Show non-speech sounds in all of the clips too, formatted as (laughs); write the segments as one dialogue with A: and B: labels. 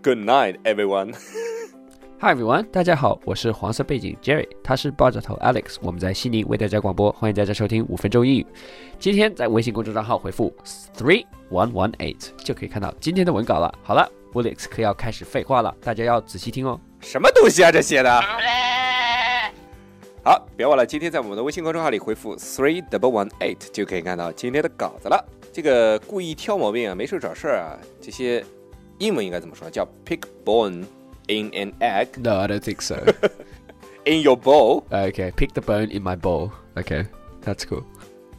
A: good night, everyone. (laughs)
B: Hi everyone，大家好，我是黄色背景 Jerry，他是爆炸头 Alex，我们在悉尼为大家广播，欢迎大家收听五分钟英语。今天在微信公众账号回复 three one one eight 就可以看到今天的文稿了。好了，Alex 可要开始废话了，大家要仔细听哦。
A: 什么东西啊？这些的。好，别忘了今天在我们的微信公众号里回复 three double one eight 就可以看到今天的稿子了。这个故意挑毛病啊，没事找事儿啊，这些英文应该怎么说？叫 pick bone in an egg
B: No, I don't think (laughs) so.
A: in your bowl.
B: okay, pick the bone in my bowl. Okay, that's cool.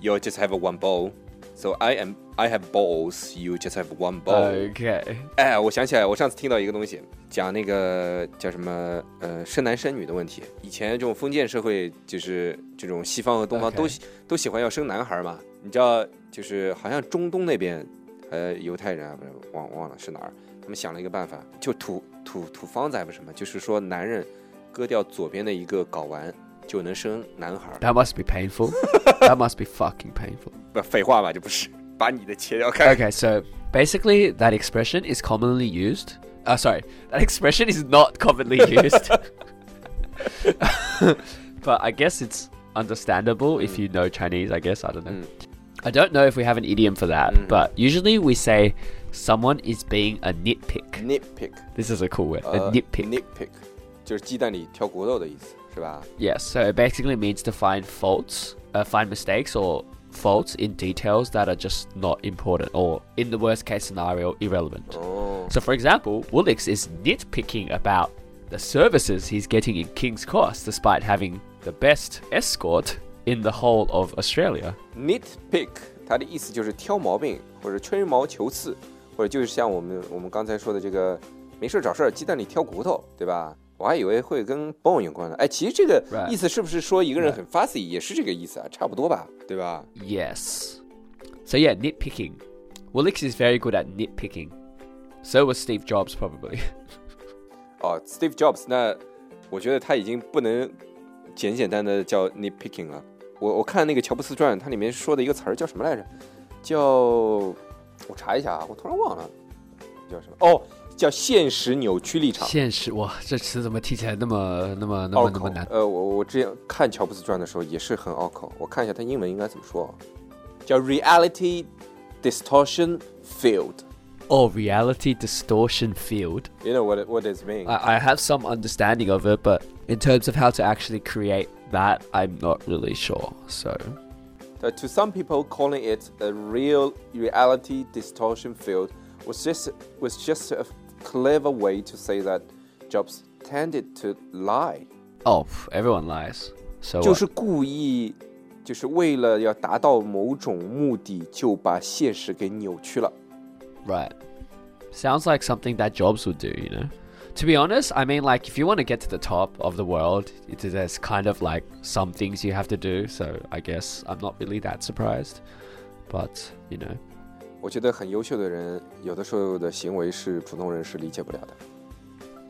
A: You just have one bowl. So I am I have balls. You just have one bowl.
B: Okay.
A: 哎，我想起来，我上次听到一个东西，讲那个叫什么呃生男生女的问题。以前这种封建社会，就是这种西方和东方
B: OK
A: 都喜都喜欢要生男孩嘛。你知道，就是好像中东那边，呃，犹太人啊，不是忘忘了是哪儿，他们想了一个办法，就土土土方子还不是什么，就是说男人割掉左边的一个睾丸就能生男孩。
B: That must be
A: (laughs)
B: painful. that must be fucking painful.
A: 不，废话吧，这不是把你的切掉看。
B: Okay, so basically that expression is commonly used. Uh, sorry, that (laughs) expression is not commonly used. (laughs) but I guess it's understandable if you know Chinese, I guess. I don't know.
A: 嗯 Mm.
B: I don't know if we have an idiom for that, but usually we say someone is being a nitpick.
A: Nitpick，
B: This is a cool word,
A: 呃
B: a nitpick.
A: ，nitpick，就是鸡蛋里挑骨头的意思，是吧？
B: Yes, so it basically means to find faults, uh, find mistakes or faults in details that are just not important or, in the worst case scenario, irrelevant. So, for example, Woolix is nitpicking about the services he's getting in King's Cross despite having the best escort in the whole of Australia.
A: nitpick，它的意思就是挑毛病或者吹毛求疵，或者就是像我们我们刚才说的这个没事找事儿，鸡蛋里挑骨头，对吧？我还以为会跟 bone 有关呢。哎，其实这个
B: Right.
A: 意思是不是说一个人很 fussy 也是这个意思啊？差不多吧，对吧？
B: Yes. So, yeah, nitpicking. Woolix is very good at nitpicking. So was Steve Jobs, probably.
A: 哦，Steve Jobs，那我觉得他已经不能简简单的叫 nitpicking 了。我我看那个乔布斯传，它里面说的一个词儿叫什么来着？叫我查一下啊，我突然忘了叫什么。哦，叫 (laughs) 现实扭曲立场。拗口。呃，我我之前看乔布斯传的时候也是很拗口，我看一下他英文应该怎么说啊，叫 reality distortion field。
B: Oh, reality distortion field.
A: You know what what does it mean?
B: I, I have some understanding of it, but in terms of how to actually create that, I'm not really sure. So,
A: Uh, to some people, calling it a real reality distortion field was just was just a clever way to say that Jobs tended to lie，
B: oh, everyone lies. So,
A: 就
B: what?
A: 是故意，就是为了要达到某种目的，就把现实给扭曲了。
B: right. Sounds like something that Jobs would do, you know? To be honest, I mean, like, if you want to get to the top of the world, it, there's kind of like some things you have to do. So, I guess I'm not really that surprised. But, you know,
A: 我觉得很优秀的人，有的时候的行为是普通人是理解不了的。 (laughs)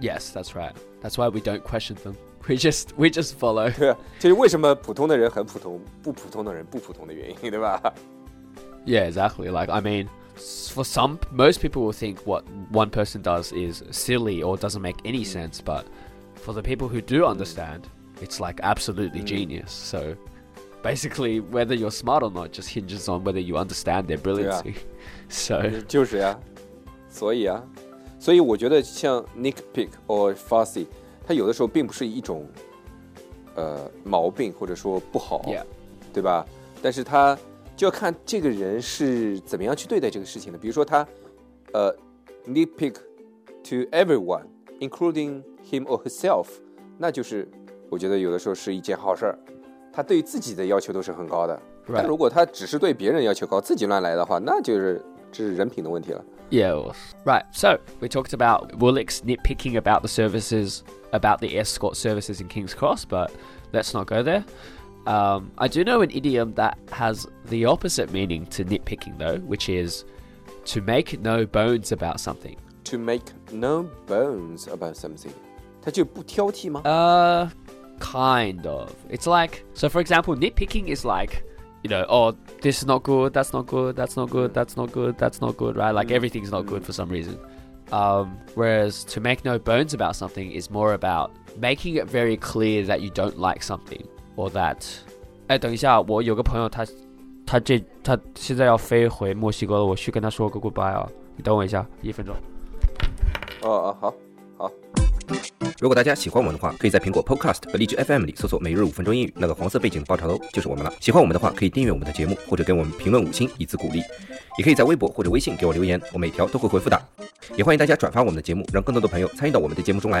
B: yes, that's right. That's why we don't question them. (laughs) We just we just follow.
A: 对啊，这是为什么普通的人很普通，不普通的人不普通的原因，对吧？
B: Yeah, exactly. Like, I mean, s- for some, most people will think what one person does is silly or doesn't make any sense, but for the people who do understand, it's like absolutely genius. So basically, whether you're smart or not just hinges on whether you understand their brilliancy. (laughs) So,
A: (laughs) 就是呀、所以啊，所以我觉得像 Nick Pick or Fussy，它有的时候并不是一种呃毛病或者说不好
B: yeah.
A: 对吧？但是他就要看这个人是怎么样去对待这个事情的。比如说他，呃，nitpick to everyone， including him or herself，那就是我觉得有的时候是一件好事儿。他对自己的要求都是很高的，但
B: Right
A: 如果他只是对别人要求高，自己乱来的话，那就是这是人品的问题了。
B: Yeah. Right. So we talked about Woolix nitpicking about the services, about the escort services in King's Cross, but let's not go there. Um, I do know an idiom that has the opposite meaning to nitpicking, though, which is to make no bones about something.
A: To make no bones about something，他就不挑剔吗？
B: Uh, kind of. It's like so. For example, nitpicking is like, you know, oh, this is not good. That's not good. That's not good. That's not good. That's not good. Right? Like everything's not good for some reason. Um, whereas to make no bones about something is more about making it very clear that you don't like something or that. 哎，等一下，我有个朋友他，他这他现在要飞回墨西哥了，我去跟他说个 goodbye 啊，你等我一下，一分钟。
A: 哦哦，好。
C: 如果大家喜欢我们的话，可以在苹果 Podcast 和荔枝 FM 里搜索“每日五分钟英语”，那个黄色背景的爆炒头就是我们了。喜欢我们的话，可以订阅我们的节目，或者给我们评论五星以资鼓励。也可以在微博或者微信给我留言，我每条都会回复的。也欢迎大家转发我们的节目，让更多的朋友参与到我们的节目中来。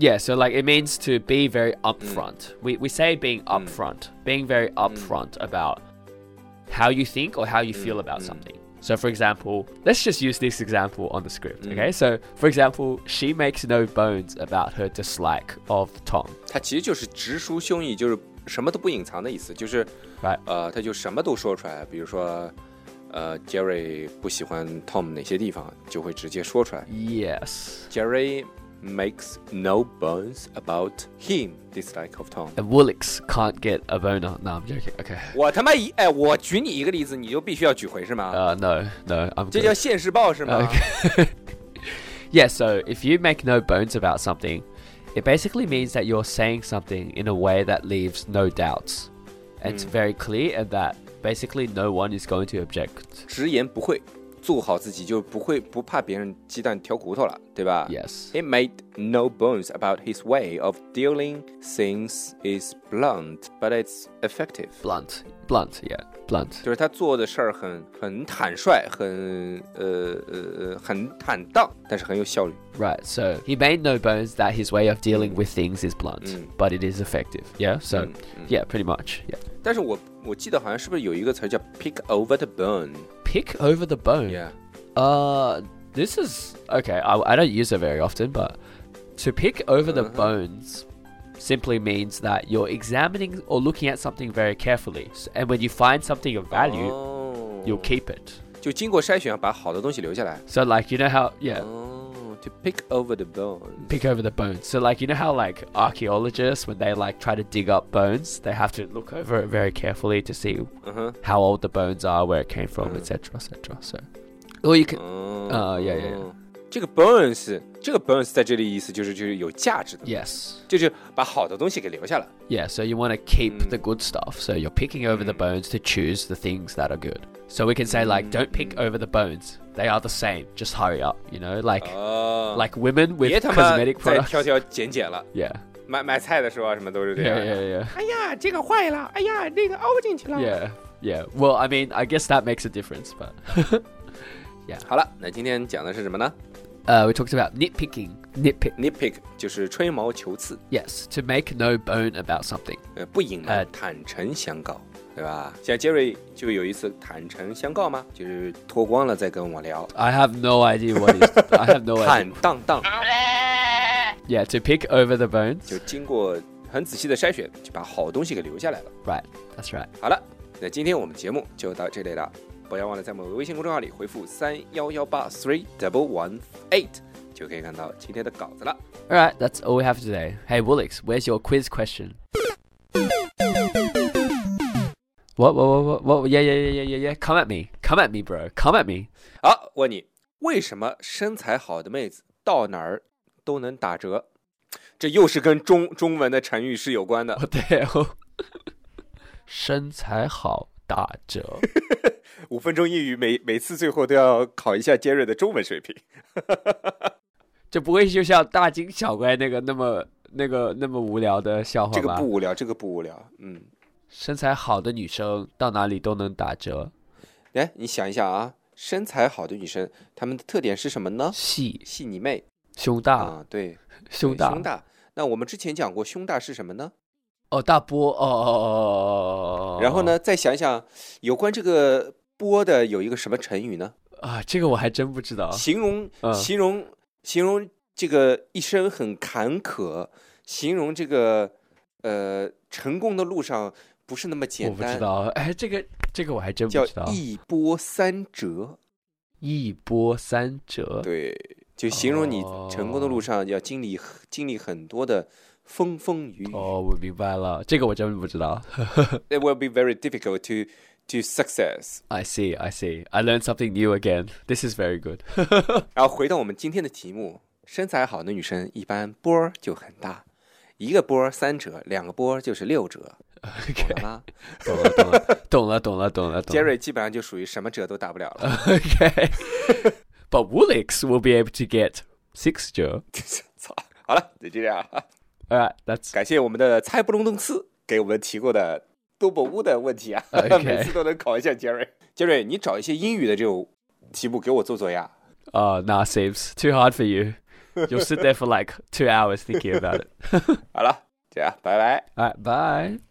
B: Yeah, so like it means to be very upfront. We, we say being upfront, being very upfront about how you think or how you feel about something. So, for example, let's just use this example on the script, okay? So, for example, she makes no bones about her dislike of Tom,
A: 他其实就是直抒胸臆，就是什么都不隐藏的意思，就是
B: right?
A: 呃，他就什么都说出来，比如说，呃，Jerry 不喜欢 Tom 哪些地方，就会直接说出来。
B: Yes.
A: Jerry makes no bones about him dislike of Tom。
B: And Woolix can't get a boner. No, I'm joking. Okay.
A: 我他妈一哎，我举你一个例子，你就必须要举回是吗？
B: Uh, no, no, I'm
A: 这
B: good.
A: 叫现世报是吗
B: Yeah, so if you make no bones about something, it basically means that you're saying something in a way that leaves no doubts. And It's very clear and that basically no one is going to object.
A: 直言不讳，做好自己就不会不怕别人鸡蛋挑骨头了，对吧
B: Yes.
A: He made no bones about his way of dealing things is blunt, but it's effective.
B: Blunt. Blunt, yeah. Blunt.
A: 就是他做的事儿很很坦率，很呃呃呃很坦荡，但是很有效率。
B: Right, so he made no bones that his way of dealing with things is blunt, but it is effective. Yeah, so yeah, pretty much. Yeah.
A: 但是我我记得好像是不是有一个词儿叫 pick over the bone？Yeah，
B: Pick over the bone. Uh, this is okay. I, I don't use it very often, but to pick over the bones simply means that you're examining or looking at something very carefully, S- and when you find something of value,
A: Oh. 哦
B: you'll keep it.
A: 就经过筛选，把好的东西留下来。
B: So, like, you know how, yeah.
A: Oh. 哦，to pick over the bone，
B: Pick over the bones. So, like, you know how, like, archaeologists, when they, like, try to dig up bones, they have to look over it very carefully to see how old the bones are, where it came from, etc., etc. So, or you can,
A: 哦
B: uh, yeah, yeah, yeah.
A: 这个 bones，这个 bones 在这里意思就是就是有价值的
B: Yes.
A: 就是把好的东西给留下了。
B: Yeah, so you want to keep the good stuff. So you're picking over the bones to choose the things that are good. So we can say like, don't pick over the bones. They are the same. Just hurry up. You know, like
A: Oh. 哦
B: like women
A: 别
B: with
A: 他妈
B: cosmetic
A: 再
B: products.
A: 挑挑拣拣了，
B: (laughs) Yeah.
A: 买买菜的时候啊什么都是这
B: Yeah,
A: 样。
B: yeah, yeah,
A: 哎呀，这个坏了，哎呀，那个凹进去了
B: yeah, yeah. Well, I mean, I guess that makes a difference. But (laughs)
A: 好了，那今天讲的是什么呢
B: uh, we talked about nitpicking. Nitpick.
A: ？Nitpick 就是吹毛求疵，
B: Yes, to make no bone about something.
A: 呃，不隐
B: 哎
A: 瞒，坦诚相告，对吧？像 Jerry 就有一次坦诚相告吗？就是脱光了再跟我聊，
B: I have no idea what is. I have no
A: 坦
B: idea.
A: 荡荡，
B: Yeah, to pick over the bones.
A: 就经过很仔细的筛选，就把好东西给留下来了。
B: Right. That's right.
A: 好了，那今天我们节目就到这里了，不要忘了在我们微信公众号里回复三幺幺八 three double one eight 就可以看到今天的稿子了。
B: All right, that's all we have today. Hey, Woolix, where's your quiz question? What, what, what, what, what? Yeah, yeah, yeah, yeah, yeah, yeah. Come at me. Come at me, bro. Come at me.
A: 好，问你，为什么身材好的妹子到哪儿都能打折？这又是跟中 (laughs) 中文的成语是有关
B: (laughs)
A: 的。
B: What the hell？身材好哦打折，
A: 五分钟英语每每次最后都要考一下杰瑞的中文水平。
B: 这不会就像大惊小怪那个那么那个那么无聊的笑话
A: 这个
B: 吧
A: 不？无聊，这个不无聊。嗯，
B: 身材好的女生到哪里都能打折，
A: 来，你想一下啊，身材好的女生，她们的特点是什么呢？
B: 细
A: 细腻妹
B: 胸大
A: 啊，对，
B: 胸
A: 对
B: 大
A: 胸大。那我们之前讲过，胸大是什么呢？
B: 哦大波哦哦哦哦哦哦哦哦。
A: 然后呢，再想一想有关这个波的有一个什么成语呢？
B: 啊，这个我还真不知道。
A: 形容
B: 嗯
A: 形容形容这个一生很坎坷，形容这个呃成功的路上不是那么
B: 我
A: 简
B: 不知
A: 单，
B: 道，哎，这个这个我还真
A: 叫
B: 不知道。
A: 一波三折。
B: 一波三折，
A: 对，就形容你成功的路
B: 哦
A: 上要经历很经历很多的风风雨雨。
B: 哦，我明白了，这个我真不知道。
A: It will be very difficult to to success。
B: I see, I see. I learned something new again. This is very good. (laughs)
A: 然后回到我们今天的题目，身材好的女生一般波儿就很大，一个波儿三折，两个波儿就是六折，懂
B: OK，
A: 了吗？
B: 哎懂了，懂了，懂了，懂了，懂了。
A: 杰瑞基本上就属于什么折都打不了
B: 呃
A: 了。
B: (laughs) Okay. but Woolix will be able to get six Joe.
A: (laughs) 操，好了，就这样啊。
B: All right, that's
A: 感谢我们的猜不隆咚次给我们提过的多宝屋的问题啊
B: (laughs) OK
A: (laughs) 每次都能考一下杰瑞。杰瑞，你找一些英语的这种题目给我做做呀。
B: uh nah, Sims. Too hard for you. (laughs) You'll sit there for like two hours thinking about it.
A: 好了，这样，拜拜。
B: All right, bye.